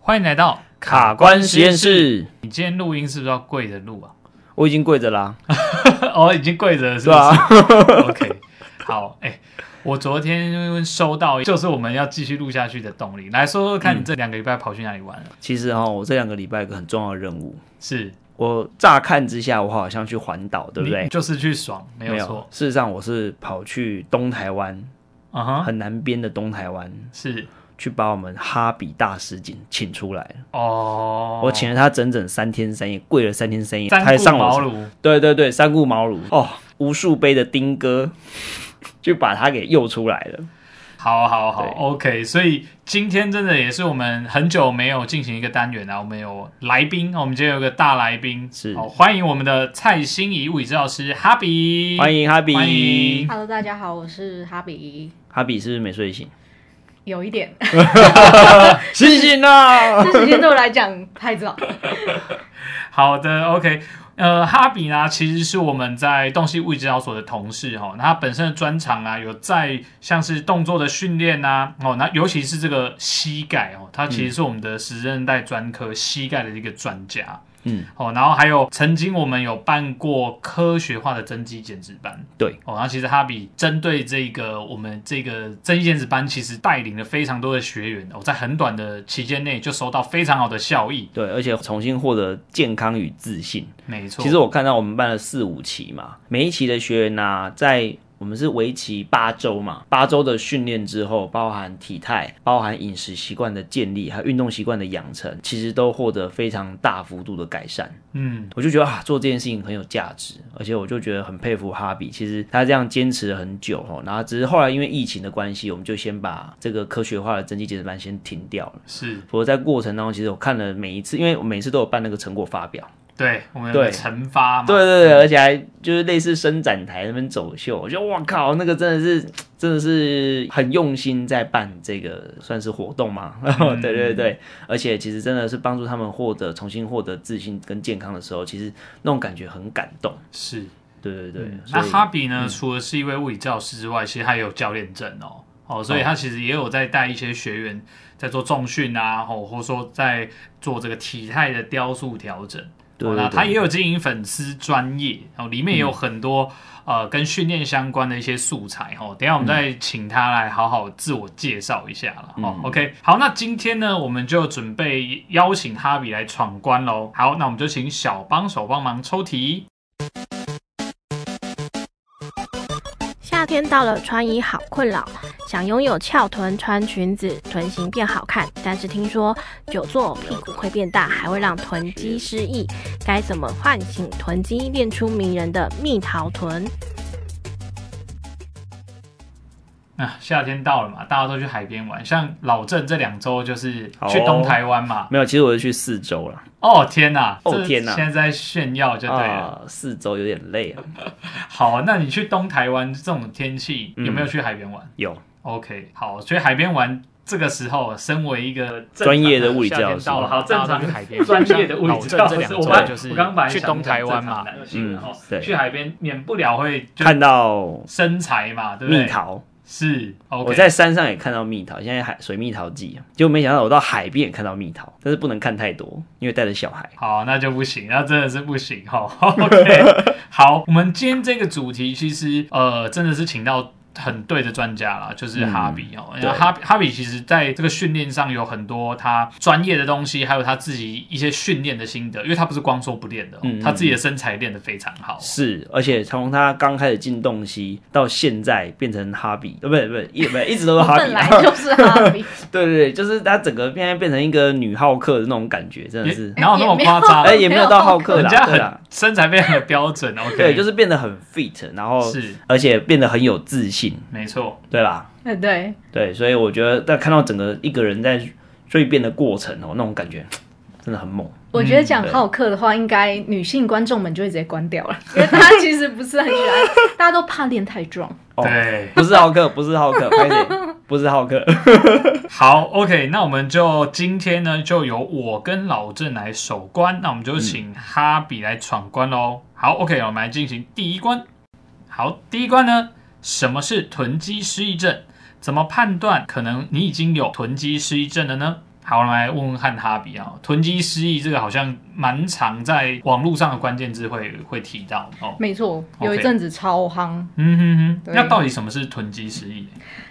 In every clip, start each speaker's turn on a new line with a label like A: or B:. A: 欢迎来到
B: 卡关实验。室，
A: 你今天录音是不是要跪着录啊？
B: 我已经跪着啦、
A: 哦，已经跪着了，是
B: 对啊
A: 不是、
B: 吧、
A: o k 好，哎、我昨天收到，就是我们要继续录下去的动力。来说说看，你这两个礼拜跑去哪里玩了？
B: 其实哈、我这两个礼拜有个很重要的任务，
A: 是，
B: 我乍看之下，我好像去环岛，对不
A: 你
B: 对？
A: 就是去爽，没有错。
B: 事实上我是跑去东台湾，
A: 嗯哼，
B: 很南边的东台湾，
A: 是
B: 去把我们哈比大师请请出来了。
A: 哦。
B: 我请了他整整三天三夜，跪了三天三夜，他还
A: 三顾
B: 上
A: 茅
B: 我。
A: 庐，
B: 对对对，三顾茅庐哦，无数杯的丁哥，就把他给诱出来了。
A: 好好好
B: 对
A: ，OK。所以今天真的也是我们很久没有进行一个单元了、啊我们有来宾，我们今天有个大来宾，
B: 是
A: 好欢迎我们的蔡心怡物理治疗师哈比，
B: 欢迎哈比，
A: 欢迎
C: Hello，大家好，我是哈比，
B: 哈比是不是没睡醒？
C: 有一 点，
B: 醒醒啊啦！
C: 这时间对我来讲太早。
A: 好的，OK。呃，哈比呢，其实是我们在洞悉物理治疗所的同事哈、哦，那他本身的专长啊，有在像是动作的训练啊，哦，那尤其是这个膝盖哦，他其实是我们的时韧带专科膝盖的一个专家，
B: 嗯，
A: 哦，然后还有曾经我们有办过科学化的增肌减脂班，
B: 对，
A: 哦，然后其实哈比针对这个我们这个增肌减脂班，其实带领了非常多的学员，哦，在很短的期间内就收到非常好的效益，
B: 对，而且重新获得健康与自信。
A: 没错，
B: 其实我看到我们办了四五期嘛，每一期的学员呢、啊在我们是为期八周嘛，八周的训练之后，包含体态、包含饮食习惯的建立，还有运动习惯的养成，其实都获得非常大幅度的改善。
A: 嗯。
B: 我就觉得啊，做这件事情很有价值，而且我就觉得很佩服哈比，其实他这样坚持了很久哦，然后只是后来因为疫情的关系，我们就先把这个科学化的增肌减脂班先停掉了。
A: 是
B: 我在过程当中，其实我看了每一次，因为我每次都有办那个成果发表，
A: 对，我们有个
B: 对
A: 惩罚嘛，
B: 对对对，而且还就是类似伸展台那边走秀，我觉得哇靠，那个真的是真的是很用心在办这个算是活动嘛，
A: 嗯
B: 对对对，而且其实真的是帮助他们获得重新获得自信跟健康的时候，其实那种感觉很感动，
A: 是。
B: 对对对，
A: 嗯那
B: 所以
A: 哈比呢，除了是一位物理教师之外，其实他也有教练证哦。哦，所以他其实也有在带一些学员在做重训啊，哦，或者说在做这个体态的雕塑调整。
B: 对
A: 哦
B: 对
A: 那他
B: 对嗯
A: 也有经营粉丝专业，哦，里面也有很多、呃跟训练相关的一些素材哦。等一下我们再请他来好好自我介绍一下了、
B: 嗯
A: 哦。OK，好，那今天呢，我们就准备邀请哈比来闯关喽。好，那我们就请小帮手帮忙抽题。
D: 夏天到了，穿衣好困扰。想拥有翘臀，穿裙子，臀型变好看，但是听说久坐屁股会变大，还会让臀肌失忆。该怎么唤醒臀肌，练出迷人的蜜桃臀？
A: 啊，夏天到了嘛，大家都去海边玩。像老郑这两周就是
B: 好哦
A: 去东台湾嘛。
B: 没有，其实我是去四周了
A: 哦天哪、
B: 哦
A: 这
B: 天哪
A: 现在在炫耀就对了。
B: 啊，四周有点累啊，
A: 好，那你去东台湾这种天气，有
B: 嗯
A: 没有去海边玩、
B: 有
A: o k 好，去海边玩。这个时候，身为一个正常
B: 专业的物理
A: 夏天
B: 教师
A: 到了好
E: 正
A: 正常
E: 常海边，
A: 专业的物理
E: 老
A: 治疗
E: 郑这
A: 师
E: 两
A: 我
E: 周
A: 刚
E: 就是
A: 我刚本来
E: 去
A: 想
E: 东
A: 讲
E: 台湾
A: 正常
E: 嘛，
A: 男性然后
B: 嗯对
A: 去海边免不了会就
B: 看到
A: 身材嘛，对不对？
B: 蜜桃，
A: 是 OK，
B: 我在山上也看到蜜桃，现在海水蜜桃季啊，结果没想到我到海边也看到蜜桃，但是不能看太多，因为带着小孩。
A: 好，那就不行，那真的是不行哈。OK，好，我们今天这个主题其实呃，真的是请到。很对的专家啦，就是
B: 嗯
A: 哈比哦。
B: 对
A: 然后哈比哈比其实在这个训练上有很多他专业的东西，还有他自己一些训练的心得，因为他不是光说不练的、哦，
B: 嗯嗯
A: 他自己的身材练得非常好。
B: 是，而且从他刚开始进洞悉到现在变成哈比，呃，不是不是，一不是一直都是
C: 我
B: 哈
C: 本
B: 比
C: 来
B: 啊。
C: 就是 哈比，
B: 对对对，就是他整个现在变成一个女好客的那种感觉，真的 是
A: 也，哪有那么夸张？
B: 哎，也没有到好客
A: 人
B: 啦，
A: 家
B: 对
A: 很
B: 啦，
A: 身材非常的标准。OK，
B: 对，就是哦变得很 fit，然后
A: 是
B: 而且变得很有自信，
A: 没错，
B: 对吧？
C: 呃对，
B: 对，所以我觉得在看到整个一个人在蜕变的过程哦，那种感觉真的很猛。
C: 我觉得讲好客的话，应该女性观众们就会直接关掉了，因为大家其实不是很喜欢，大家都怕练太壮。
B: 哦
A: 对。
B: 不是好客，不是好客， 拍谁？不是好客。
A: 好，OK，那我们就今天呢，就由我跟老郑来守关，那我们就请哈比来闯关喽。好，OK，我们来进行第一关。好，第一关呢，什么是臀肌失忆症？怎么判断可能你已经有臀肌失忆症了呢？好，我们来问问看哈比啊，囤积失忆这个好像蛮常在网络上的关键字会会提到哦。
C: 没错，有一
A: OK
C: 阵子超夯，
A: 嗯哼哼，
C: 对
A: 那到底什么是囤积失忆？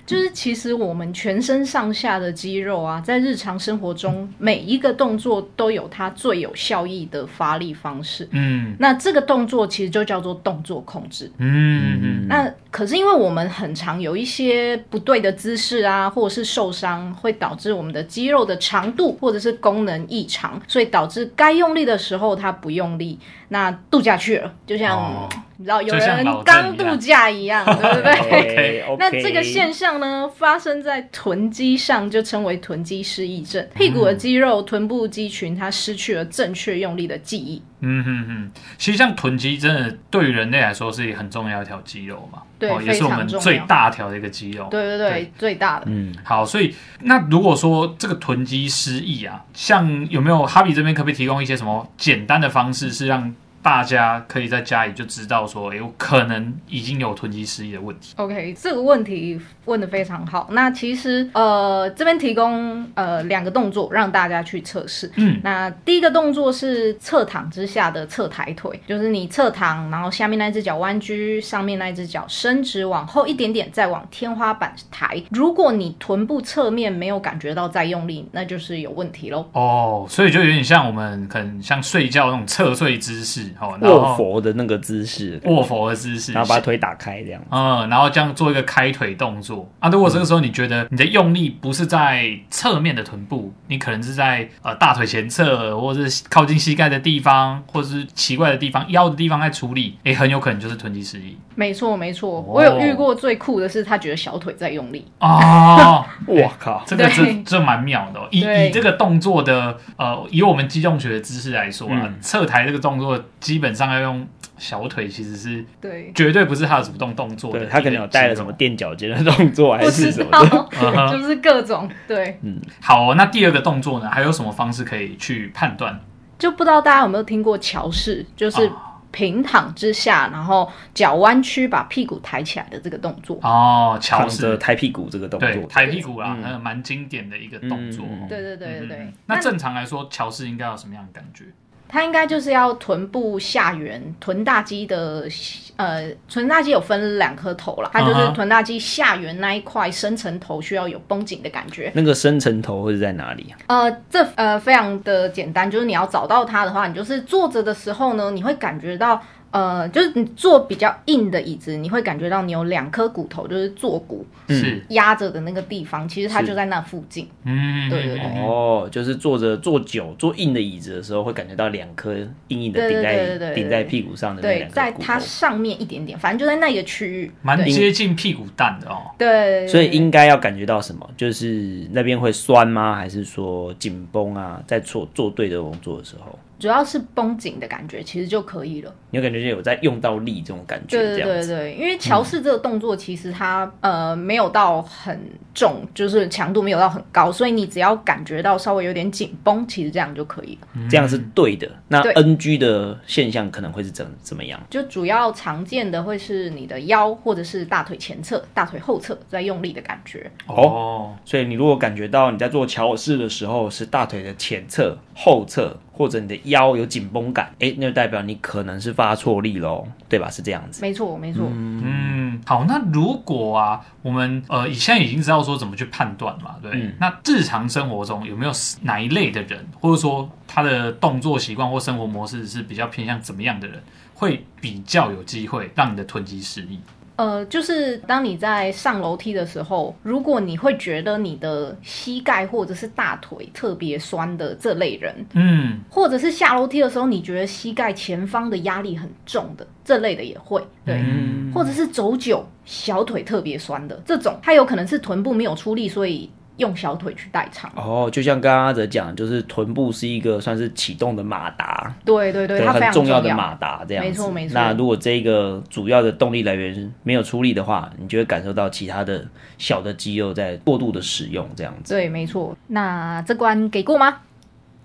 C: 就是其实我们全身上下的肌肉啊，在日常生活中每一个动作都有它最有效益的发力方式。
A: 嗯
C: 那这个动作其实就叫做动作控制。
A: 嗯嗯
C: 那可是因为我们很常有一些不对的姿势啊，或者是受伤，会导致我们的肌肉的长度或者是功能异常，所以导致该用力的时候它不用力，那度假去了，就像、
A: 哦
C: 你知道有
A: 就像
C: 人
A: 老郑
C: 刚
A: 一样
C: 度假一样，对不对？
B: OK，
C: 那这个现象呢，发生在臀肌上，就称为臀肌失忆症。屁
A: 嗯
C: 股的肌肉、臀部肌群，它失去了正确用力的记忆。
A: 嗯哼哼，其实像囤积真的对于人类来说是很重要一条肌肉嘛，
C: 对
A: 哦，也是我们
C: 非常重要
A: 最大条的一个肌肉。
C: 对对对，
A: 对
C: 最大的。
B: 嗯，
A: 好，所以那如果说这个囤积失忆啊，像有没有哈比这边可不可以提供一些什么简单的方式，是让大家可以在家里就知道说，哎、我可能已经有囤积失忆的问题。
C: OK，这个问题问的非常好。那其实呃，这边提供呃两个动作让大家去测试。
A: 嗯，
C: 那第一个动作是侧躺之下的侧抬腿，就是你侧躺，然后下面那只脚弯曲，上面那只脚伸直往后一点点，再往天花板抬。如果你臀部侧面没有感觉到在用力，那就是有问题喽。
A: 哦，所以就有点像我们可能像睡觉那种侧睡姿势，哦，然
B: 卧
A: 后
B: 佛的那个姿势，
A: 卧佛的姿势，
B: 然后把腿打开这样。
A: 嗯，然后这样做一个开腿动作啊。如果这个时候你觉得你的用力不是在侧面的臀部，你可能是在呃大腿前侧，或者是靠近膝盖的地方，或者是奇怪的地方、腰的地方在处理，诶，很有可能就是臀肌失忆
C: 没错，没
B: 哦
C: 错，我有遇过最酷的是，他觉得小腿在用力。
A: 哦。
B: 我靠，
A: 这个这
C: 对
A: 这蛮妙的、哦，以
C: 对
A: 以这个动作的呃，以我们肌动学的知识来说啊，
B: 嗯
A: 侧抬这个动作基本上要用小腿，其实是
C: 对，
A: 绝对不是他的主动动作的
B: 对
A: 一个肌肉。
B: 他可能有带了什么垫脚尖的动作还
C: 不
B: 是
C: 知
B: 什么
C: 道
B: 的。， 啊
A: 嗯哼
C: 就是各种对。
A: 好、哦，那第二个动作呢，还有什么方式可以去判断？
C: 就不知道大家有没有听过桥式，就是
A: 哦
C: 平躺之下，然后脚弯曲把屁股抬起来的这个动作。
A: 哦，
B: 躺
A: 桥
B: 着
A: 式，
B: 抬屁股这个动
A: 对，
B: 作，
A: 抬屁股啦，
B: 嗯
A: 那个蛮经典的一个动作。
B: 嗯嗯嗯
C: 对对对对对，
A: 嗯那正常来说，桥式应该有什么样的感觉？
C: 它应该就是要臀部下缘，臀大肌的呃，臀大肌有分两颗头啦，它就
A: 嗯
C: 是
A: 哼
C: 臀大肌下缘那一块深层头需要有绷紧的感觉。
B: 那个深层头会是在哪里啊？
C: 呃，这呃非常的简单，就是你要找到它的话，你就是坐着的时候呢，你会感觉到。呃，就是你坐比较硬的椅子，你会感觉到你有两颗骨头，就是坐骨，
B: 嗯
A: 是，
C: 压着的那个地方，其实它就在那附近。
A: 嗯，
C: 对对对
A: 嗯
B: 哦，就是坐着坐久坐硬的椅子的时候，会感觉到两颗硬硬的
C: 对
B: 顶
C: 对对对
B: 在
C: 对
B: 顶在屁股上的那
C: 对，
B: 两
C: 在
B: 个骨
C: 它
B: 头，
C: 上面一点点，反正就在那个区域。
A: 蛮
C: 对
A: 接近屁股蛋的哦。
C: 对，
B: 所以应该要感觉到什么？就是那边会酸吗？还是说紧绷啊？在做做对的动作的时候，
C: 主要是绷紧的感觉，其实就可以了。
B: 你有感觉有在用到力这种感觉，
C: 对
B: 这
C: 对
B: 样
C: 对
B: 子。嗯
C: 对，因为桥式这个动作其实它、呃没有到很重，就是强度没有到很高，所以你只要感觉到稍微有点紧绷，其实这样就可以了。
B: 这样是对的。那
C: 对
B: NG 的现象可能会是怎怎么样？
C: 就主要常见的会是你的腰或者是大腿前侧、大腿后侧在用力的感觉。
A: 哦，
B: 所以你如果感觉到你在做桥式的时候是大腿的前侧、后侧，或者你的腰有紧绷感，诶，那就代表你可能是发错力喽，对吧？是这样子。
C: 没错，没错。
A: 嗯，好，那如果啊，我们呃，以现在已经知道说怎么去判断嘛，对，那日常生活中有没有哪一类的人，或者说他的动作习惯或生活模式是比较偏向怎么样的人，会比较有机会让你的囤积失忆？
C: 呃，就是当你在上楼梯的时候，如果你会觉得你的膝盖或者是大腿特别酸的这类人，
A: 嗯，
C: 或者是下楼梯的时候你觉得膝盖前方的压力很重的这类的也会，对，
A: 嗯
C: 或者是走久小腿特别酸的这种，它有可能是臀部没有出力，所以用小腿去代偿。
B: 哦，就像刚刚阿哲讲，就是臀部是一个算是启动的马达，
C: 对对对，它
B: 很
C: 非常
B: 重
C: 要
B: 的马达，这样子。
C: 没错没错
B: 那如果这个主要的动力来源没有出力的话，你就会感受到其他的小的肌肉在过度的使用，这样子。
C: 对，没错。那这关给过吗？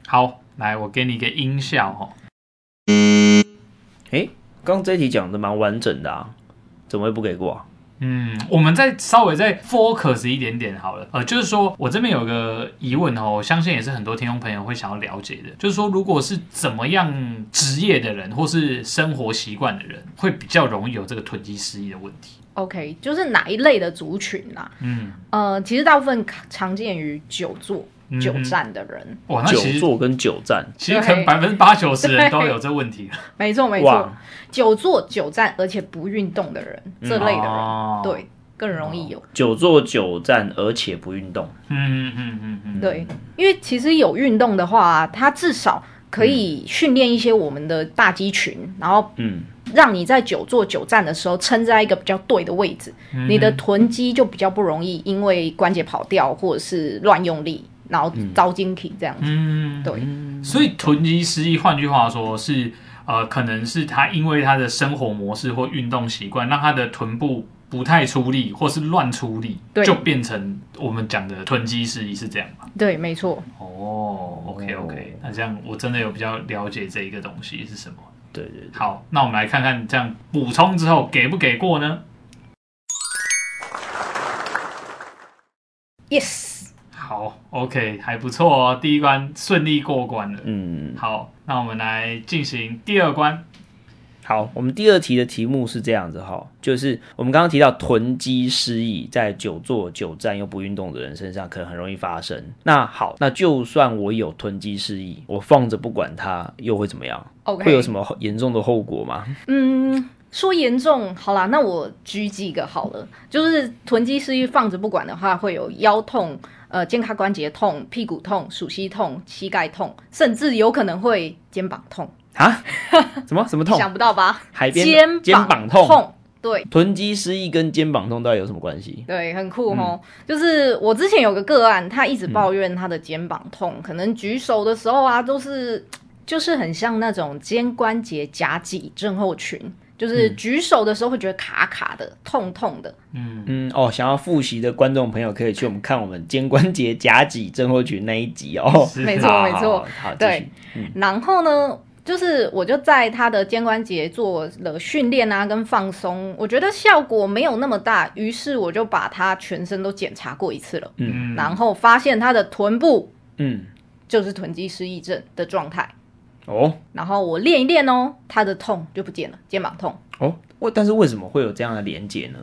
A: 好，来，我给你一个音效哦。
B: 诶，刚刚这一题讲的蛮完整的啊，怎么会不给过啊、
A: 嗯，我们再稍微再 focus 一点点好了。呃，就是说我这边有个疑问哦，我相信也是很多听众朋友会想要了解的，就是说如果是怎么样职业的人或是生活习惯的人，会比较容易有这个囤积失忆的问题。
C: OK，就是哪一类的族群啦、
A: 嗯，
C: 呃，其实大部分常见于久坐、
A: 嗯
C: 久站的人。
A: 哇，那
B: 久
A: 啊其实
B: 坐跟久站，
A: 其实可能
C: 对
A: 百分之八九十人都有这问 题了。
C: 没错，没错
B: 哇，，嗯
C: 久坐、久站而且不运动的人，这类的人，
A: 哦，
C: 对，更容易有。
B: 久坐久站，而且不运动，
A: 嗯嗯嗯嗯嗯，
C: 对，因为其实有运动的话，它至少可以训练一些我们的大肌群，然后
B: 嗯，
C: 让你在久坐久站的时候撑在一个比较对的位置，
A: 嗯
C: 你的臀肌就比较不容易因为关节跑掉或者是乱用力，然后
B: 嗯
C: 遭筋体这样子。
A: 嗯，
C: 对，
A: 所以囤积失忆，换句话说是，呃，可能是他因为他的生活模式或运动习惯，让他的臀部不太出力，或是乱出力，
C: 对
A: 就变成我们讲的囤积失忆是这样
B: 嗯
A: 吗？
C: 对，没错。
A: 哦，OK OK，那这样我真的有比较了解这一个东西是什么。
B: 对对对，
A: 好，那我们来看看这样补充之后给不给过呢？
C: Yes，
A: 好，OK，还不错哦，第一关顺利过关了。
B: 嗯，
A: 好，那我们来进行第二关。
B: 好，我们第二题的题目是这样子哈，就是我们刚刚提到囤积失忆，在久坐久站又不运动的人身上可能很容易发生。那好，那就算我有囤积失忆，我放着不管它，又会怎么样？
C: OK
B: 会有什么后严重的后果吗？
C: 嗯，说严重好啦，那我举几个好了，就是囤积失忆放着不管的话，会有腰痛、呃肩胛关节痛、屁股痛、鼠膝痛、膝盖痛，甚至有可能会肩膀痛，
B: 啊？什么什么痛？
C: 想不到吧？
B: 海边
C: 肩
B: 肩膀
C: 痛。
B: 痛？
C: 对
B: 囤积失忆跟肩膀痛到底有什么关系？
C: 对，很酷
B: 嗯
C: 哦。就是我之前有个个案，他一直抱怨他的肩膀痛，可能举手的时候啊，都是就是很像那种肩关节夹脊症候群，就是
B: 嗯
C: 举手的时候会觉得卡卡的、痛痛的。
A: 嗯，
B: 嗯哦，想要复习的观众朋友可以去我们看我们肩关节夹脊症候群那一集哦。
A: 是
C: 没错
B: 好好好好，继续
C: 对。然后呢，就是我就在他的肩关节做了训练啊，跟放松，我觉得效果没有那么大，于是我就把他全身都检查过一次了，
A: 嗯，
C: 然后发现他的臀部
B: 嗯，
C: 就是臀肌失忆症的状态。
B: 哦
C: 然后我练一练哦，他的痛就不见了，肩膀痛。
B: 哦，我但是为什么会有这样的连结呢？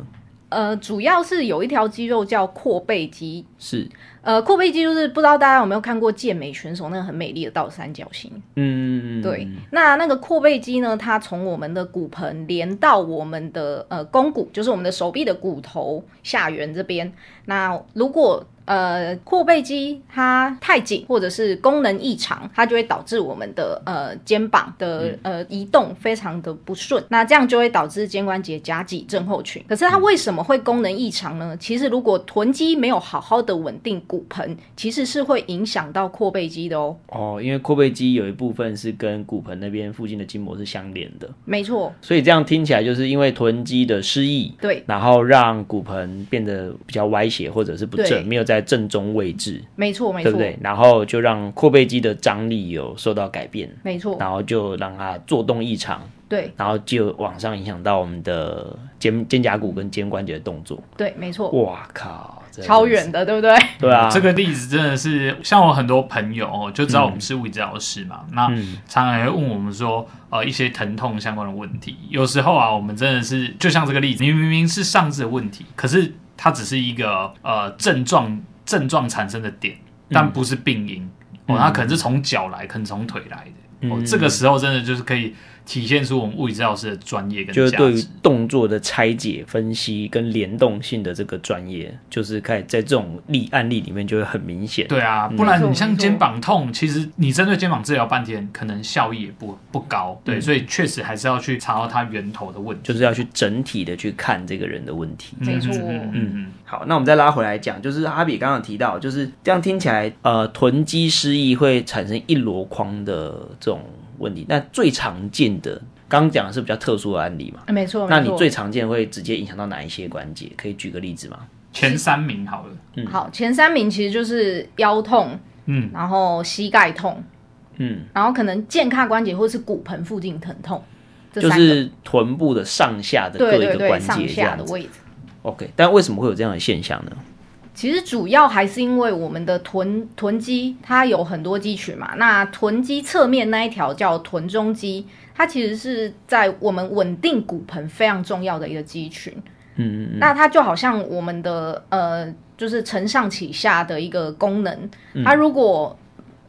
C: 呃，主要是有一条肌肉叫阔背肌，
B: 是，
C: 呃，阔背肌就是不知道大家有没有看过健美选手那个很美丽的倒三角形。
B: 嗯，
C: 对，那那个阔背肌呢，它从我们的骨盆连到我们的呃肱骨，就是我们的手臂的骨头下缘这边。那如果呃阔背肌它太紧或者是功能异常，它就会导致我们的呃肩膀
B: 嗯
C: 的呃移动非常的不顺，那这样就会导致肩关节夹脊症候群。可是它为什么会功能异常
B: 嗯
C: 呢？其实如果臀肌没有好好的稳定骨盆，其实是会影响到阔背肌的哦。
B: 哦，因为阔背肌有一部分是跟骨盆那边附近的筋膜是相连的，
C: 没错，
B: 所以这样听起来就是因为臀肌的失忆，
C: 对。
B: 然后让骨盆变得比较歪斜或者是不
C: 对
B: 正，没有在正中位置，
C: 没错，没
B: 对不
C: 错，
B: 对？然后就让阔背肌的张力有受到改变，
C: 没错，
B: 然后就让它做动异常，
C: 对
B: 然后就往上影响到我们的肩肩胛骨跟肩关节的动作。
C: 对，没错，
B: 哇靠，真的
C: 超
B: 是
C: 远的，对 不对？
B: 对啊，
A: 这个例子真的是，像我很多朋友哦就知道我们是物理治疗师嘛，
B: 嗯
A: 那常常也会问我们说，呃，一些疼痛相关的问题。有时候啊，我们真的是就像这个例子，你明明是上肢的问题，可是它只是一个呃症状症状产生的点，
B: 嗯
A: 但不是病因。哦，它可能是从脚来，可能从腿来的。
B: 嗯
A: 哦，这个时候真的就是可以体现出我们物理治疗师的专业跟
B: 就是
A: 价
B: 对于
A: 值。
B: 动作的拆解、分析跟联动性的这个专业，就是可以在这种例案例里面就会很明显。
A: 对啊，不
C: 没
A: 然
C: 错
A: 你
C: 没
A: 像
C: 错
A: 肩膀痛，其实你针对肩膀治疗半天，可能效益也不不高。对，所以确实还是要去查到它源头的问题。
B: 就是要去整体的去看这个人的问题。
C: 没错
A: 嗯嗯
B: 好，那我们再拉回来讲，就是阿比刚刚有提到，就是这样听起来，呃，囤积失忆会产生一箩筐的这种问题。那最常见的，刚刚讲的是比较特殊的案例嘛？
C: 没错，
B: 那
C: 没
B: 你
C: 错
B: 最常见会直接影响到哪一些关节？可以举个例子吗？
A: 前三名好了，
C: 好前三名其实就是腰痛，
A: 嗯，
C: 然后膝盖痛，
B: 嗯，
C: 然后可能肩胛关节或是骨盆附近疼痛，这
B: 就
C: 三个
B: 是臀部的上下的各
C: 对
B: 一
C: 对
B: 个
C: 对
B: 关
C: 上
B: 节这
C: 下
B: 样
C: 的
B: 子。
C: 位置，
B: OK，但为什么会有这样的现象呢？
C: 其实主要还是因为我们的臀臀肌它有很多肌群嘛，那臀肌侧面那一条叫臀中肌，它其实是在我们稳定骨盆非常重要的一个肌群。
B: 嗯嗯嗯，
C: 那它就好像我们的呃，就是承上启下的一个功能。
B: 嗯
C: 它如果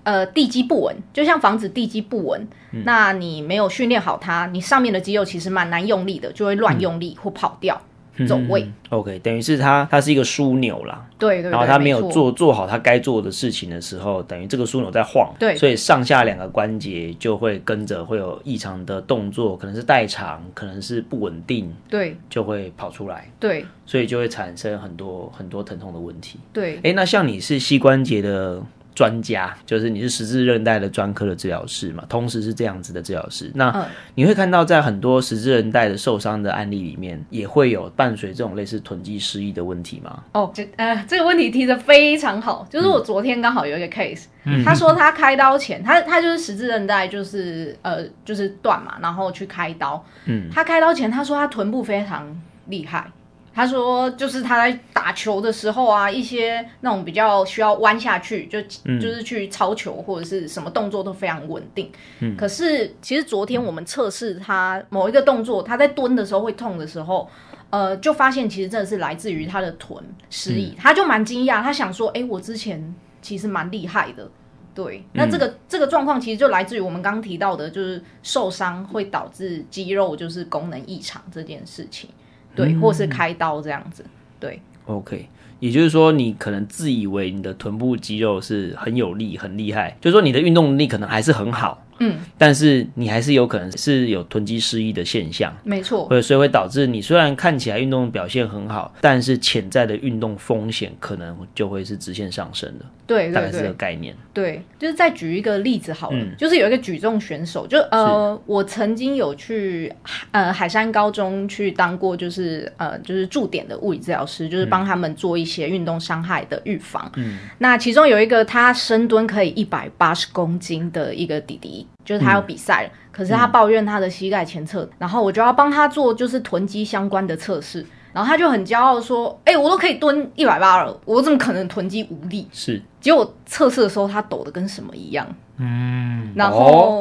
C: 呃地基不稳，就像防止地基不稳，
B: 嗯
C: 那你没有训练好它，你上面的肌肉其实蛮难用力的，就会
B: 嗯
C: 乱用力或跑掉、走位。
B: OK，等于是它它是一个枢纽啦，
C: 对对对，
B: 然后它没有
C: 错
B: 做做好它该做的事情的时候，等于这个枢纽在晃，
C: 对
B: 所以上下两个关节就会跟着会有异常的动作，可能是代偿，可能是不稳定，
C: 对
B: 就会跑出来，
C: 对
B: 所以就会产生很多很多疼痛的问题。
C: 对，
B: 诶，那像你是膝关节的专家，就是你是十字韧带的专科的治疗师嘛，同时是这样子的治疗师。那
C: 嗯
B: 你会看到，在很多十字韧带的受伤的案例里面，也会有伴随这种类似臀肌失忆的问题吗？
C: 哦，这呃这个问题提的非常好，就是我昨天刚好有一个 case，、他说他开刀前，他他就是十字韧带就是呃就是断嘛，然后去开刀，
B: 嗯，
C: 他开刀前他说他臀部非常厉害。他说，就是他在打球的时候啊，一些那种比较需要弯下去，就、就是去抄球或者是什么动作都非常稳定。嗯、可是其实昨天我们测试他某一个动作，他在蹲的时候会痛的时候，呃，就发现其实真的是来自于他的臀失忆，他就蛮惊讶，他想说，哎、我之前其实蛮厉害的。对，那这个、这个状况其实就来自于我们刚刚提到的，就是受伤会导致肌肉就是功能异常这件事情，对，或是开刀这样子，对，
B: OK，也就是说，你可能自以为你的臀部肌肉是很有力、很厉害，就是说你的运动能力可能还是很好，
C: 嗯，
B: 但是你还是有可能是有臀肌失忆的现象，
C: 没错，
B: 会所以会导致你虽然看起来运动表现很好，但是潜在的运动风险可能就会是直线上升的，
C: 对
B: 大概
C: 对
B: 是这个
C: 对
B: 概念。
C: 对，就是再举一个例子好了，就是有一个举重选手，就呃，我曾经有去呃海山高中去当过，就是呃就是驻点的物理治疗师，就是帮他们做一些运动伤害的预防。嗯，那其中有一个他深蹲可以一百八十公斤的一个弟弟，就是他要比赛了。可是他抱怨他的膝盖前侧，然后我就要帮他做就是臀肌相关的测试，然后他就很骄傲说：“哎、我都可以蹲一百八了，我怎么可能臀肌无力？”
B: 是，
C: 结果测试的时候，他抖得跟什么一样。
A: 嗯，
C: 然后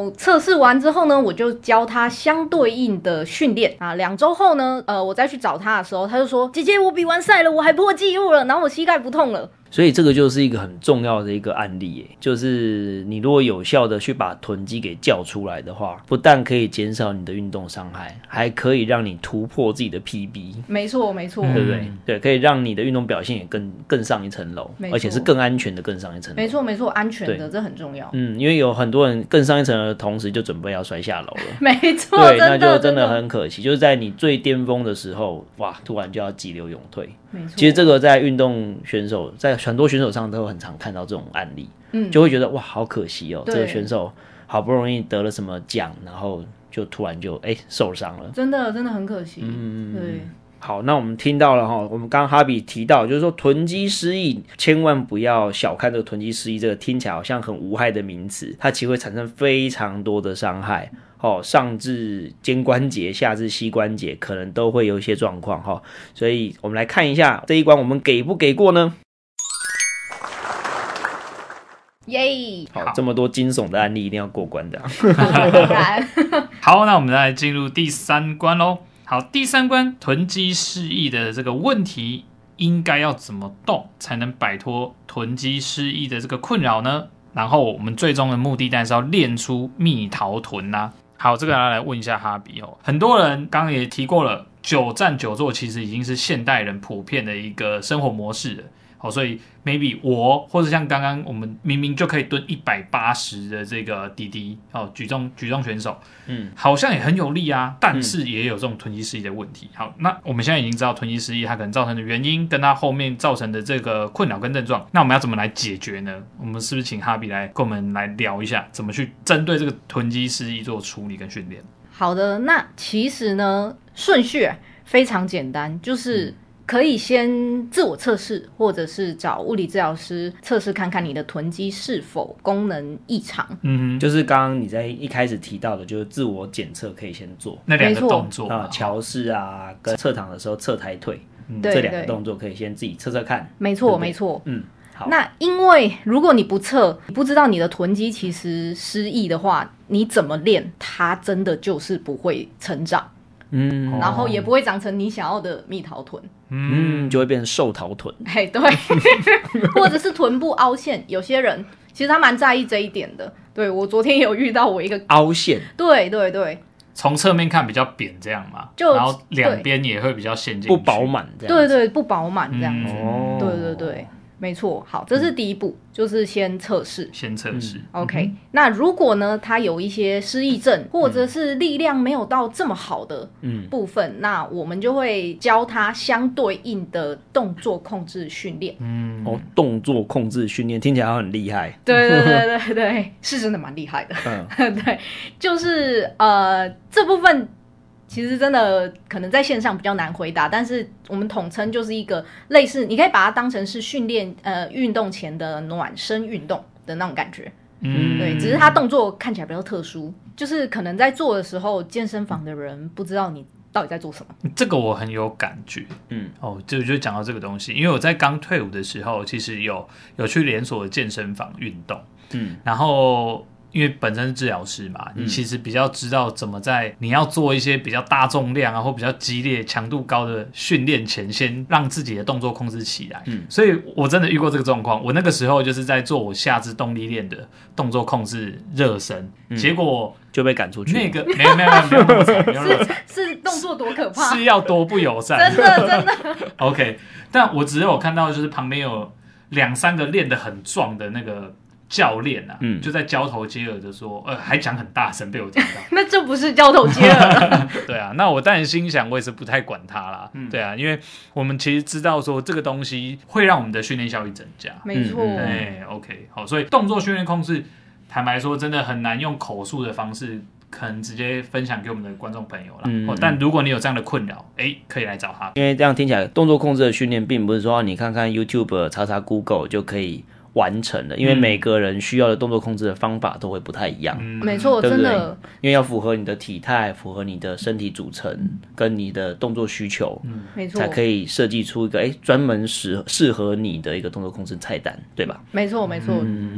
B: 哦
C: 测试完之后呢，我就教他相对应的训练啊。两周后呢，呃，我再去找他的时候，他就说：“姐姐，我比完赛了，我还破纪录了，然后我膝盖不痛了。
B: 所以这个就是一个很重要的一个案例耶，就是你如果有效的去把臀肌给叫出来的话，不但可以减少你的运动伤害，还可以让你突破自己的 PB。”
C: 没错，没错，
B: 对不对？对，可以让你的运动表现也更更上一层楼
C: 嗯没，错
B: 而且是更安全的更上一层楼
C: 没。错，没错，安全
B: 对
C: 的，这很重要。
B: 嗯，因为有很多人更上一层楼的同时就准备要摔下楼了。
C: 没 错，
B: 对，那
C: 真
B: 就
C: 的，
B: 真
C: 真
B: 的很可惜，就是在你最巅峰的时候，哇，突然就要急流勇退。
C: 没错。
B: 其实这个在运动选手，在很多选手上都很常看到这种案例，
C: 嗯
B: 就会觉得哇，好可惜哦，这
C: 对
B: 个选手好不容易得了什么奖，然后就突然就哎受伤了。
C: 真的真的很可惜。嗯，对，
B: 好，那我们听到了哈，我们刚刚哈比提到，就是说囤积失忆，千万不要小看这个囤积失忆这个听起来好像很无害的名词，它其实会产生非常多的伤害。哦，上至肩关节，下至膝关节，可能都会有一些状况哈、所以我们来看一下这一关我们给不给过呢？
C: 耶，
B: 好，这么多惊悚的案例一定要过关的啊、
C: 当然，
A: 好，那我们来进入第三关喽。好，第三关囤积失忆的这个问题，应该要怎么动才能摆脱囤积失忆的这个困扰呢？然后我们最终的目的当然是要练出蜜桃臀啦、好，这个来来问一下哈比哦，很多人刚刚也提过了，久站久坐其实已经是现代人普遍的一个生活模式了。好，所以 maybe 我或者像刚刚我们明明就可以蹲一百八十的这个滴滴哦，举重举重选手，
B: 嗯
A: 好像也很有力啊，但是也有这种囤积失忆的问题。好，那我们现在已经知道囤积失忆它可能造成的原因，跟它后面造成的这个困扰跟症状，那我们要怎么来解决呢？我们是不是请哈比来跟我们来聊一下，怎么去针对这个囤积失忆做处理跟训练？
C: 好的，那其实呢，顺序非常简单，
B: 嗯
C: 就是可以先自我测试，或者是找物理治疗师测试看看你的臀肌是否功能异常。
A: 嗯哼，
B: 就是刚刚你在一开始提到的，就是自我检测可以先做
A: 那两个
C: 没错
A: 动作
B: 啊，
A: 嘛，
B: 桥式啊，跟侧躺的时候侧抬腿，嗯
C: 对
B: 这两个
C: 对
B: 动作可以先自己测测看。
C: 没
B: 对
C: 错，
B: 不对
C: 没错。
B: 嗯，好，
C: 那因为如果你不测，你不知道你的臀肌其实失忆的话，你怎么练，它真的就是不会成长，
B: 嗯
A: 哦
C: 然后也不会长成你想要的蜜桃臀。
A: 嗯
B: 嗯，就会变成瘦桃臀。
C: 嘿，哎 对，或者是臀部凹陷，有些人其实他蛮在意这一点的。对我昨天有遇到我一 个，
B: 凹陷，
C: 对对对
A: 从侧面看比较扁这样嘛，
C: 就
A: 然后两边也会比较陷进去
B: 不饱，满这样
C: 对
B: 子。
C: 对，不饱满这样子，
B: 哦，嗯
C: 对对对，没错。好，这是第一步，就是先测试。
A: 先测试。
C: OK，、那如果呢，他有一些失忆症，或者是力量没有到这么好的
B: 嗯
C: 部分，那我们就会教他相对应的动作控制 训练。
A: 嗯，
B: 哦，动作控制训练听起来好像很 厉害。
C: 对对对对对，是真的蛮厉害的。
B: 嗯
C: 对，就是呃这部分其实真的可能在线上比较难回答，但是我们统称就是一个类似，你可以把它当成是训练呃运动前的暖身运动的那种感觉。
A: 嗯
C: 对，只是他动作看起来比较特殊，就是可能在做的时候，健身房的人不知道你到底在做什么。
A: 这个我很有感觉。
B: 嗯，
A: 哦，就就讲到这个东西，因为我在刚退伍的时候，其实有有去连锁的健身房运动，
B: 嗯，
A: 然后。因为本身是治疗师嘛，你其实比较知道怎么在你要做一些比较大重量啊，或比较激烈、强度高的训练前，先让自己的动作控制起来。
B: 嗯
A: 所以我真的遇过这个状况。我那个时候就是在做我下肢动力链的动作控制热身，结果
B: 就被赶出嗯去。
A: 那个没有没有没有没有那么惨，
B: 嗯
A: 没有 那么惨，
C: 是动作多可怕！
A: 是要多不友善，
C: 真的真的，
A: OK，但我只有看到就是旁边有两三个练得很壮的那个教练啊，
B: 嗯
A: 就在交头接耳的说，呃，还讲很大声，被我听 到。
C: 那这不是交头接耳了。
A: 对啊，那我当然心想，我也是不太管他啦。
B: 嗯
A: 对啊，因为我们其实知道说这个东西会让我们的训练效率增加。
C: 没错，
B: 嗯嗯
A: 哎，OK，好，所以动作训练控制，坦白说真的很难用口述的方式。可能直接分享给我们的观众朋友啦。
B: 嗯
A: 哦，但如果你有这样的困扰，哎、可以来找他。
B: 因为这样听起来，动作控制的训练并不是说你看看 YouTube、查查 Google 就可以完成的，因为
A: 嗯
B: 每个人需要的动作控制的方法都会不太一样，
A: 嗯
C: 没错，
B: 对不
C: 真
B: 对
C: 的
B: 因为要符合你的体态、符合你的身体组成跟你的动作需求，
C: 没错
B: 才，可以设计出一个哎专门适适合你的一个动作控制菜单，对吧？
C: 没错没错，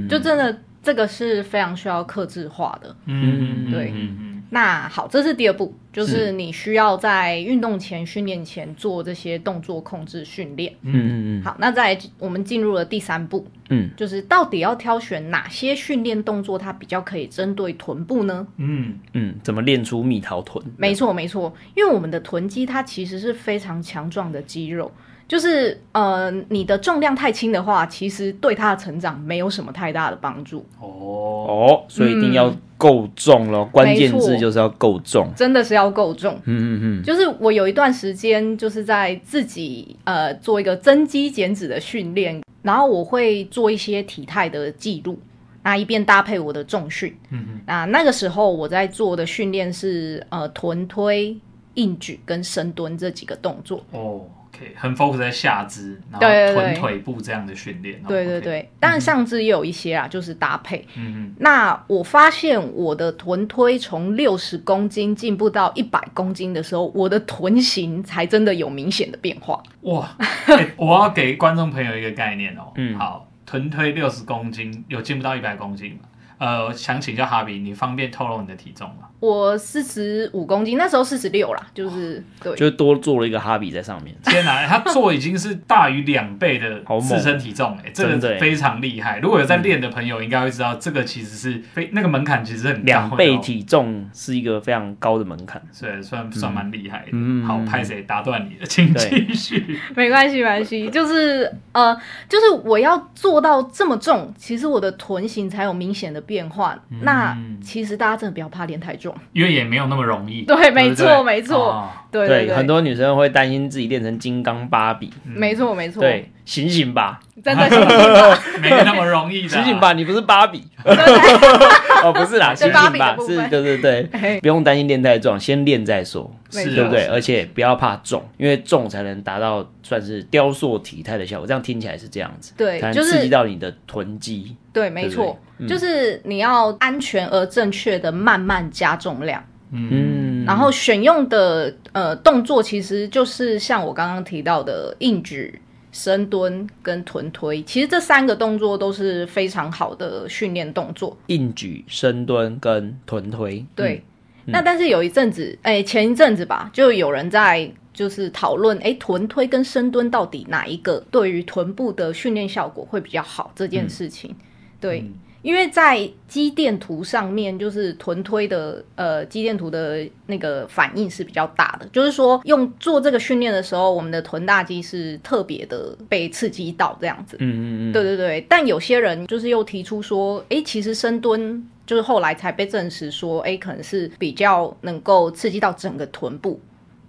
C: 就真的这个是非常需要克制化的。
A: 嗯，
C: 对
A: 嗯嗯
C: 那好，这是第二步，就是你需要在运动前、训练前做这些动作控制训练。
B: 嗯嗯
C: 好，那再来我们进入了第三步，
B: 嗯
C: 就是到底要挑选哪些训练动作，它比较可以针对臀部呢？
A: 嗯
B: 嗯，怎么练出蜜桃臀？
C: 没错，没错，因为我们的臀肌它其实是非常强壮的肌肉，就是呃，你的重量太轻的话，其实对它的成长没有什么太大的帮助，
A: 哦，
B: 哦，所以一定要够重咯，关键
C: 没
B: 字
C: 嗯错
B: 就是要够重。
C: 真的是要够重。
B: 嗯嗯
C: 就是我有一段时间就是在自己呃做一个增肌减脂的训练，然后我会做一些体态的记录，那一边搭配我的重训。
A: 嗯嗯
C: 那那个时候我在做的训练是呃臀推、硬举跟深蹲这几个动作。
A: 哦，OK，很 focus 在下肢，然
C: 对
A: 后
C: 对对
A: 臀腿部这样的训练。
C: 对
A: 哦
C: 对
A: ，OK，
C: 对，当然上肢也有一些啊，就是搭配。
A: 嗯
C: 那我发现我的臀推从六十公斤进步到一百公斤的时候，我的臀型才真的有明显的变化。
A: 嗯， 哇，欸我要给观众朋友一个概念哦。
B: 嗯
A: 好，臀推六十公斤，有进不到一百公斤吗？呃，想请教哈比，你方便透露你的体重吗？
C: 我四十五公斤，那时候四十六啦，就是 对
B: 嗯，，就多做了一个哈比在上面。
A: 天哪，他做已经是大于两倍的
B: 好猛
A: 自身体重哎、欸，这
B: 真的
A: 个
B: 欸
A: 非常厉害。如果有在练的朋友，应该会知道这个其实是非那个门槛其实很高的哦
B: 两倍体重是一个非常高的门槛。
A: 所以算算蛮厉害的。
B: 嗯
A: 好，拍谁打断你了，请
B: 对
A: 继续。
C: 没关系，没关系，就是呃，就是我要做到这么重，其实我的臀型才有明显的变化。
B: 嗯
C: 那其实大家真的不要怕练太重，
A: 因为也没有那么容易。
C: 对，没
A: 不对
C: 错，没错，
A: 哦
C: 对对，
B: 很多女生会担心自己练成金刚芭比。
A: 嗯
C: 没错，没错，
B: 对，醒醒吧，
C: 真的是这样，
A: 没那么容易的、啊
B: 醒醒！吧，你不是芭比
C: 对对对
B: 哦，不是 啦，
C: 是
B: 醒
C: 芭
B: 醒
C: 比的
B: 吧，
C: 部
B: 是
C: 分
B: 对对对，
C: 嘿
B: 不用担心练太重，先练再说，
A: 是
C: 没
A: 啊
B: 对不对？
A: 是
B: 而且不要怕重，因为重才能达到算是雕塑体态的效果。这样听起来是这样子，
C: 对
B: 才能
C: 就是
B: 刺激到你的臀肌。
C: 对，没
B: 嗯
C: 错，就是你要安全而正确的慢慢加重量。
A: 嗯，
B: 嗯，
C: 然后选用的呃动作其实就是像我刚刚提到的硬举、深蹲跟臀推，其实这三个动作都是非常好的训练动作。
B: 硬举、深蹲跟臀推。
C: 对，那但是有一阵子，哎、前一阵子吧，就有人在就是讨论，哎、臀推跟深蹲到底哪一个对于臀部的训练效果会比较好这件事情。对，因为在肌电图上面，就是臀推的呃肌电图的那个反应是比较大的，就是说用做这个训练的时候，我们的臀大肌是特别的被刺激到这样子。
B: 嗯嗯嗯，
C: 对对对，但有些人就是又提出说，诶，其实深蹲就是后来才被证实说，诶，可能是比较能够刺激到整个臀部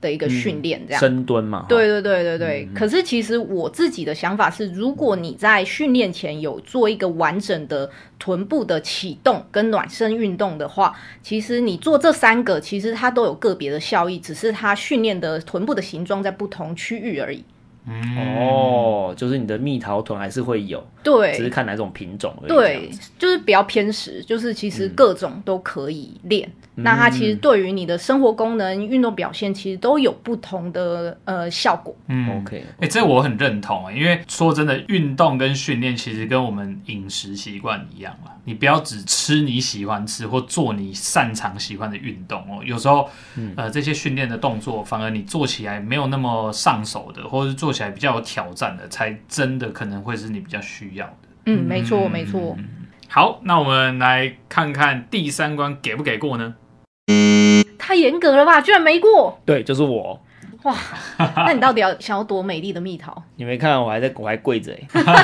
C: 的一个训练这
B: 嗯
C: 样。
B: 深蹲嗯嘛。
C: 对对对对对，可是其实我自己的想法是，如果你在训练前有做一个完整的臀部的启动跟暖身运动的话，其实你做这三个，其实它都有个别的效益，只是它训练的臀部的形状在不同区域而已。
A: 嗯
B: 哦，就是你的蜜桃臀还是会有，
C: 对，
B: 只是看哪种品种而已。啊这
C: 对
B: 样子，
C: 就是比较偏食，就是其实各种都可以练。
B: 嗯
C: 那它其实对于你的生活功能、运动表现，其实都有不同的呃效果。
A: 嗯
B: ，OK，
A: 哎、这我很认同、因为说真的，运动跟训练其实跟我们饮食习惯一样啦。你不要只吃你喜欢吃或做你擅长喜欢的运动哦。有时候，呃，这些训练的动作，反而你做起来没有那么上手的，或者是做起来比较有挑战的，才真的可能会是你比较需要的。
C: 嗯，没错，没错。
B: 嗯
A: 好，那我们来看看第三关给不给过呢？
C: 太严格了吧，居然 没过！
B: 对，就是我。
C: 哇，那你到底要想要多美丽的蜜桃？
B: 你没看我还在我还跪着 哎、欸。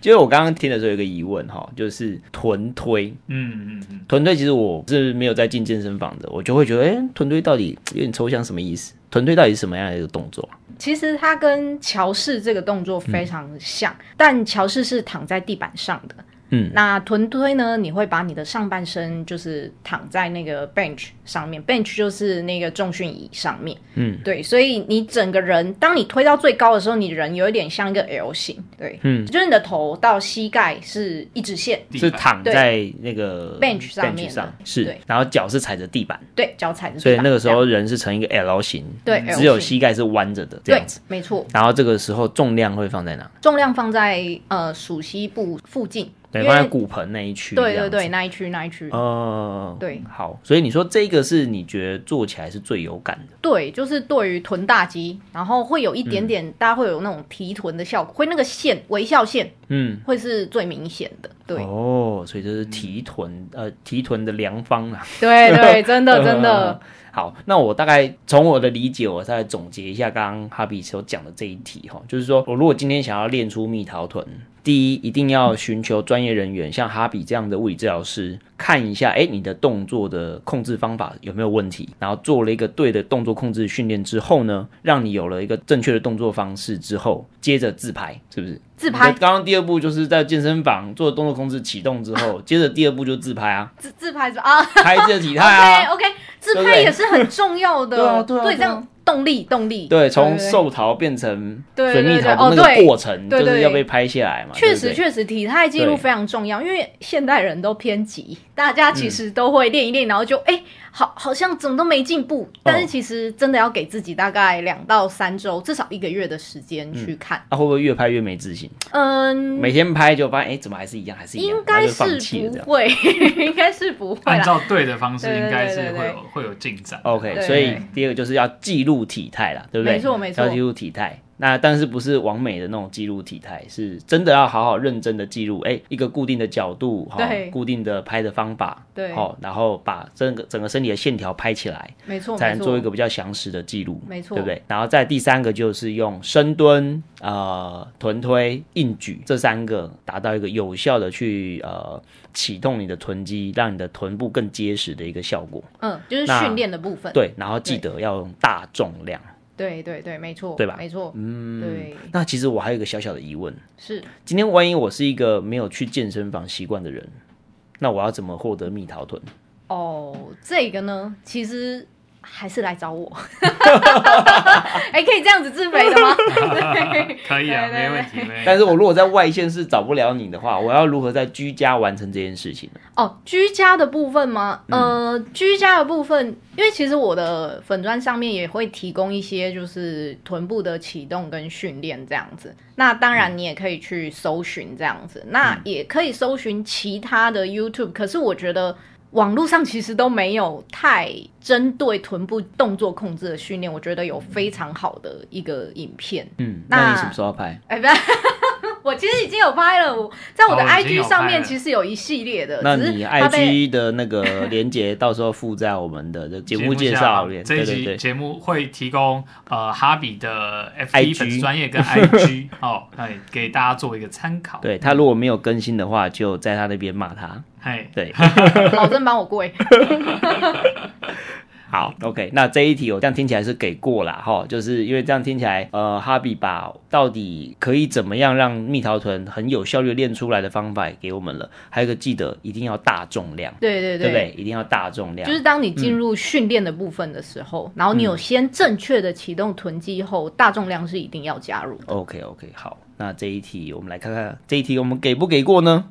B: 就是我刚刚听的时候有一个疑问哈，就是臀推，
A: 嗯嗯嗯，
B: 臀推其实我是没有在进健身房的，我就会觉得，哎、臀推到底有点抽象，什么意思？臀推到底是什么样的一个动作啊？
C: 其实它跟乔氏这个动作非常像，但乔氏是躺在地板上的。
B: 嗯，
C: 那臀推呢？你会把你的上半身就是躺在那个 bench 上面，bench 就是那个重训椅上面。
B: 嗯，
C: 对，所以你整个人，当你推到最高的时候，你人有一点像一个 L 型，对，
B: 嗯
C: 就是你的头到膝盖是一直线，
A: 地
B: 是
A: 板
B: 躺在那个
C: Bench 上面的
B: 上是
C: 对，
B: 然后脚是踩着地板，
C: 对，脚踩着地板。
B: 所以那个时
C: 这样
B: 候人是成一个 L 型，
C: 对 L 型
B: 只有膝盖是弯着的这
C: 对
B: 样子。，
C: 没错，
B: 然后这个时候重量会放在哪？
C: 重量放在呃属膝部附近，
B: 对，
C: 因
B: 放在
C: 为
B: 骨盆那一区。
C: 对
B: 这样
C: 对
B: 子
C: 对，那一区那一区，
B: 哦，
C: 对
B: 好，所以你说这个是你觉得做起来是最有感的，
C: 对，就是对于臀大肌，然后会有一点点，
B: 嗯
C: 大家会有那种提臀的效果，会那个线微笑线
B: 嗯，
C: 会是最明显的。对、
B: 哦，所以这是提臀，呃，提臀的良方啊，
C: 对 对，真
B: 嗯
C: 的真的，。
B: 好，那我大概从我的理解，我大概总结一下刚刚哈比所讲的这一题哈，就是说我如果今天想要练出蜜桃臀，第一一定要寻求专业人员，像哈比这样的物理治疗师看一下，哎，你的动作的控制方法有没有问题，然后做了一个对的动作控制训练之后呢，让你有了一个正确的动作方式之后，接着自拍，是不是？
C: 自拍
B: 刚刚第二步就是在健身房做动作控制启动之 后，接着第二步就自拍啊，
C: 自自拍是吧啊
B: 拍自己的体态啊
C: ，OK OK，自
B: 对不
C: 拍
B: 对
C: 也是很重要的，
B: 对啊对啊对啊
C: 这样动力动力，
B: 对，从
C: 对
B: 寿桃变成
C: 对
B: 水蜜
C: 对对
B: 桃
C: 哦
B: 的那
C: 对
B: 个过程，
C: 对
B: 就
C: 对
B: 是要被拍下来嘛。
C: 确
B: 对
C: 实
B: 不对
C: 确实，体态记录
B: 对
C: 非常重要，因为现代人都偏急，大家其实都会练一练，然后就哎、好好像怎么都没进步。
B: 嗯
C: 但是其实真的要给自己大概两到三周，至少一个月的时间去看。
B: 啊，会不会越拍越没自信？
C: 嗯，
B: 每天拍就发现，哎，怎么还是一样，还是一样，
C: 应
B: 然
C: 该
B: 后就放
C: 是
B: 弃了这
C: 不
B: 样。
C: 会，应该是不会
A: 按
C: 啦。
A: 照对的方式，
C: 对对
A: 应该
C: 对
A: 是
C: 对
A: 会
C: 对
A: 有会有进展的。
B: OK，
C: 对
B: 所以第二个就是要记录体态啦，对不对？
C: 没错没错
B: 要记录体态。那但是不是完美的那种记录体态，是真的要好好认真的记录，哎，一个固定的角度，哈、
C: 对
B: 固定的拍的方法，
C: 对
B: 好、然后把整个整个身体的线条拍起来，
C: 没错，
B: 才
C: 哦没
B: 能做
C: 错
B: 一个比较详实的记录，
C: 没错
B: 对不对？然后再第三个就是用深蹲、呃臀推、硬举这三个，达到一个有效的去呃启动你的臀肌，让你的臀部更结实的一个效果。
C: 嗯，就是
B: 那
C: 训练的部分。
B: 对，然后记得要用大重量。
C: 对对对，没错，
B: 对吧
C: 没错，嗯，对，
B: 那其实我还有一个小小的疑问，
C: 是
B: 今天万一我是一个没有去健身房习惯的人，那我要怎么获得蜜桃臀？
C: 哦，这个呢，其实还是来找我。 哎、可以这样子自肥的吗？对
A: 可以啊，
C: 对对
A: 没问题，没问
B: 但
A: 题。
B: 是我如果在外县市找不了你的话，我要如何在居家完成这件事情呢？
C: 哦，居家的部分吗？
A: 嗯
C: 呃，居家的部分，因为其实我的粉砖上面也会提供一些就是臀部的启动跟训练这样子。那当然你也可以去搜寻这样子，
A: 嗯
C: 那也可以搜寻其他的 YouTube。可是我觉得网络上其实都没有太针对臀部动作控制的训练，我觉得有非常好的一个影片。
B: 嗯，
C: 那
B: 那你什么时候要拍？
C: 哎，不要。 我其实已经有拍了，我在我的
A: 哦已经有
C: IG 上
A: 拍
C: 面
A: 了
C: 其实有一系列的，
B: 那
C: 呃只
B: 你
C: 是它被
B: IG 的那 个连接到时候附在我们的这节目介
A: 下
B: 绍里面。
A: 这一
B: 对对
A: 集
B: 对，
A: 节目会提供呃哈比的 FB
B: IG
A: 粉丝专业跟 IG 哦，哎，给大家做一个参考。
B: 对他如果没有更新的话，就在他那边骂他。
A: 哎，
B: 对，
C: 保证帮我跪。
B: 好，OK，那这一题我这样听起来是给过啦，哈，就是因为这样听起来，呃，哈比把到底可以怎么样让蜜桃臀很有效率地练出来的方法也给我们了，还有一个记得一定要大重量，
C: 对对
B: 对不啊对？一定要大重量，
C: 就是当你进入训练的部分的时候，然后你有先正确的启动臀肌后，大重量是一定要加入的。
B: OK OK，好，那这一题我们来看看这一题我们给不给过呢？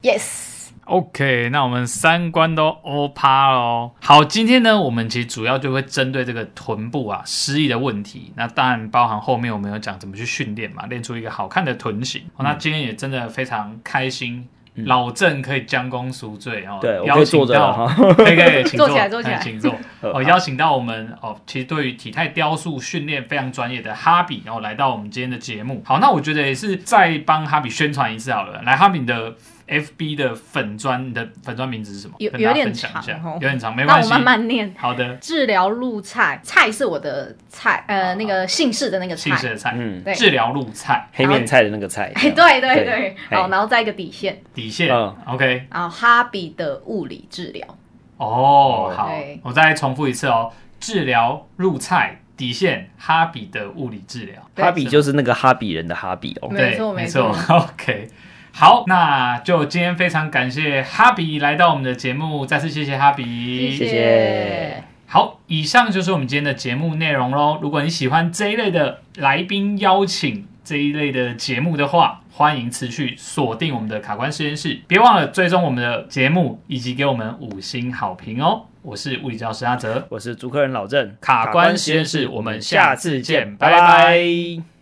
C: Yes，
A: OK，那我们三观都欧趴喽。好，今天呢，我们其实主要就会针对这个臀部啊失忆的问题。那当然包含后面我们有讲怎么去训练嘛，练出一个好看的臀型。哦、那今天也真的非常开心，老郑可以将功赎罪哦。
B: 嗯对，我可
A: 邀
B: 以
A: 请
B: 坐着了
A: 到，
B: 哈。
A: 可以可以，请
C: 坐起来坐起来
A: 哎请坐。哦，
B: 好
A: 邀请到我们哦，其实对于体态雕塑训练非常专业的哈比，然、后来到我们今天的节目。好，那我觉得也是再帮哈比宣传一次好了。来，哈比你的 FB 的粉砖，你的粉砖名字是什么？
C: 有
A: 跟大家
C: 有点
A: 分享一下
C: 长哦
A: 有点长，没
C: 那
A: 关
C: 我
A: 系。
C: 慢慢念。
A: 好的，
C: 治疗露菜，菜是我的菜，呃，那个姓氏的那个
A: 姓氏
C: 菜。
A: 的菜，
B: 嗯，
C: 对
A: 治疗露菜
B: 黑面菜的那个菜，
C: 哎， 对对
B: 对
C: 对，
B: 哎
C: 好，然后再一个底线，
A: 底线、
B: 嗯
A: OK。
C: 然后哈比的物理治疗，
A: 哦，好
C: 对，
A: 我再重复一次哦，治疗入菜底线哈比的物理治疗。
B: 哈比就是那个哈比人的哈比哦。
C: 没
A: 对，
C: 错
A: 没
C: 没错
A: OK，好，那就今天非常感谢哈比来到我们的节目，再次谢谢哈比，
B: 谢谢
A: 好，以上就是我们今天的节目内容喽。如果你喜欢这一类的来宾邀请这一类的节目的话，欢迎持续锁定我们的卡关实验室，别忘了追踪我们的节目以及给我们五星好评哦。我是物理教师阿泽，
B: 我是主客人老郑，
A: 卡关实验室我们下次见拜拜
B: 拜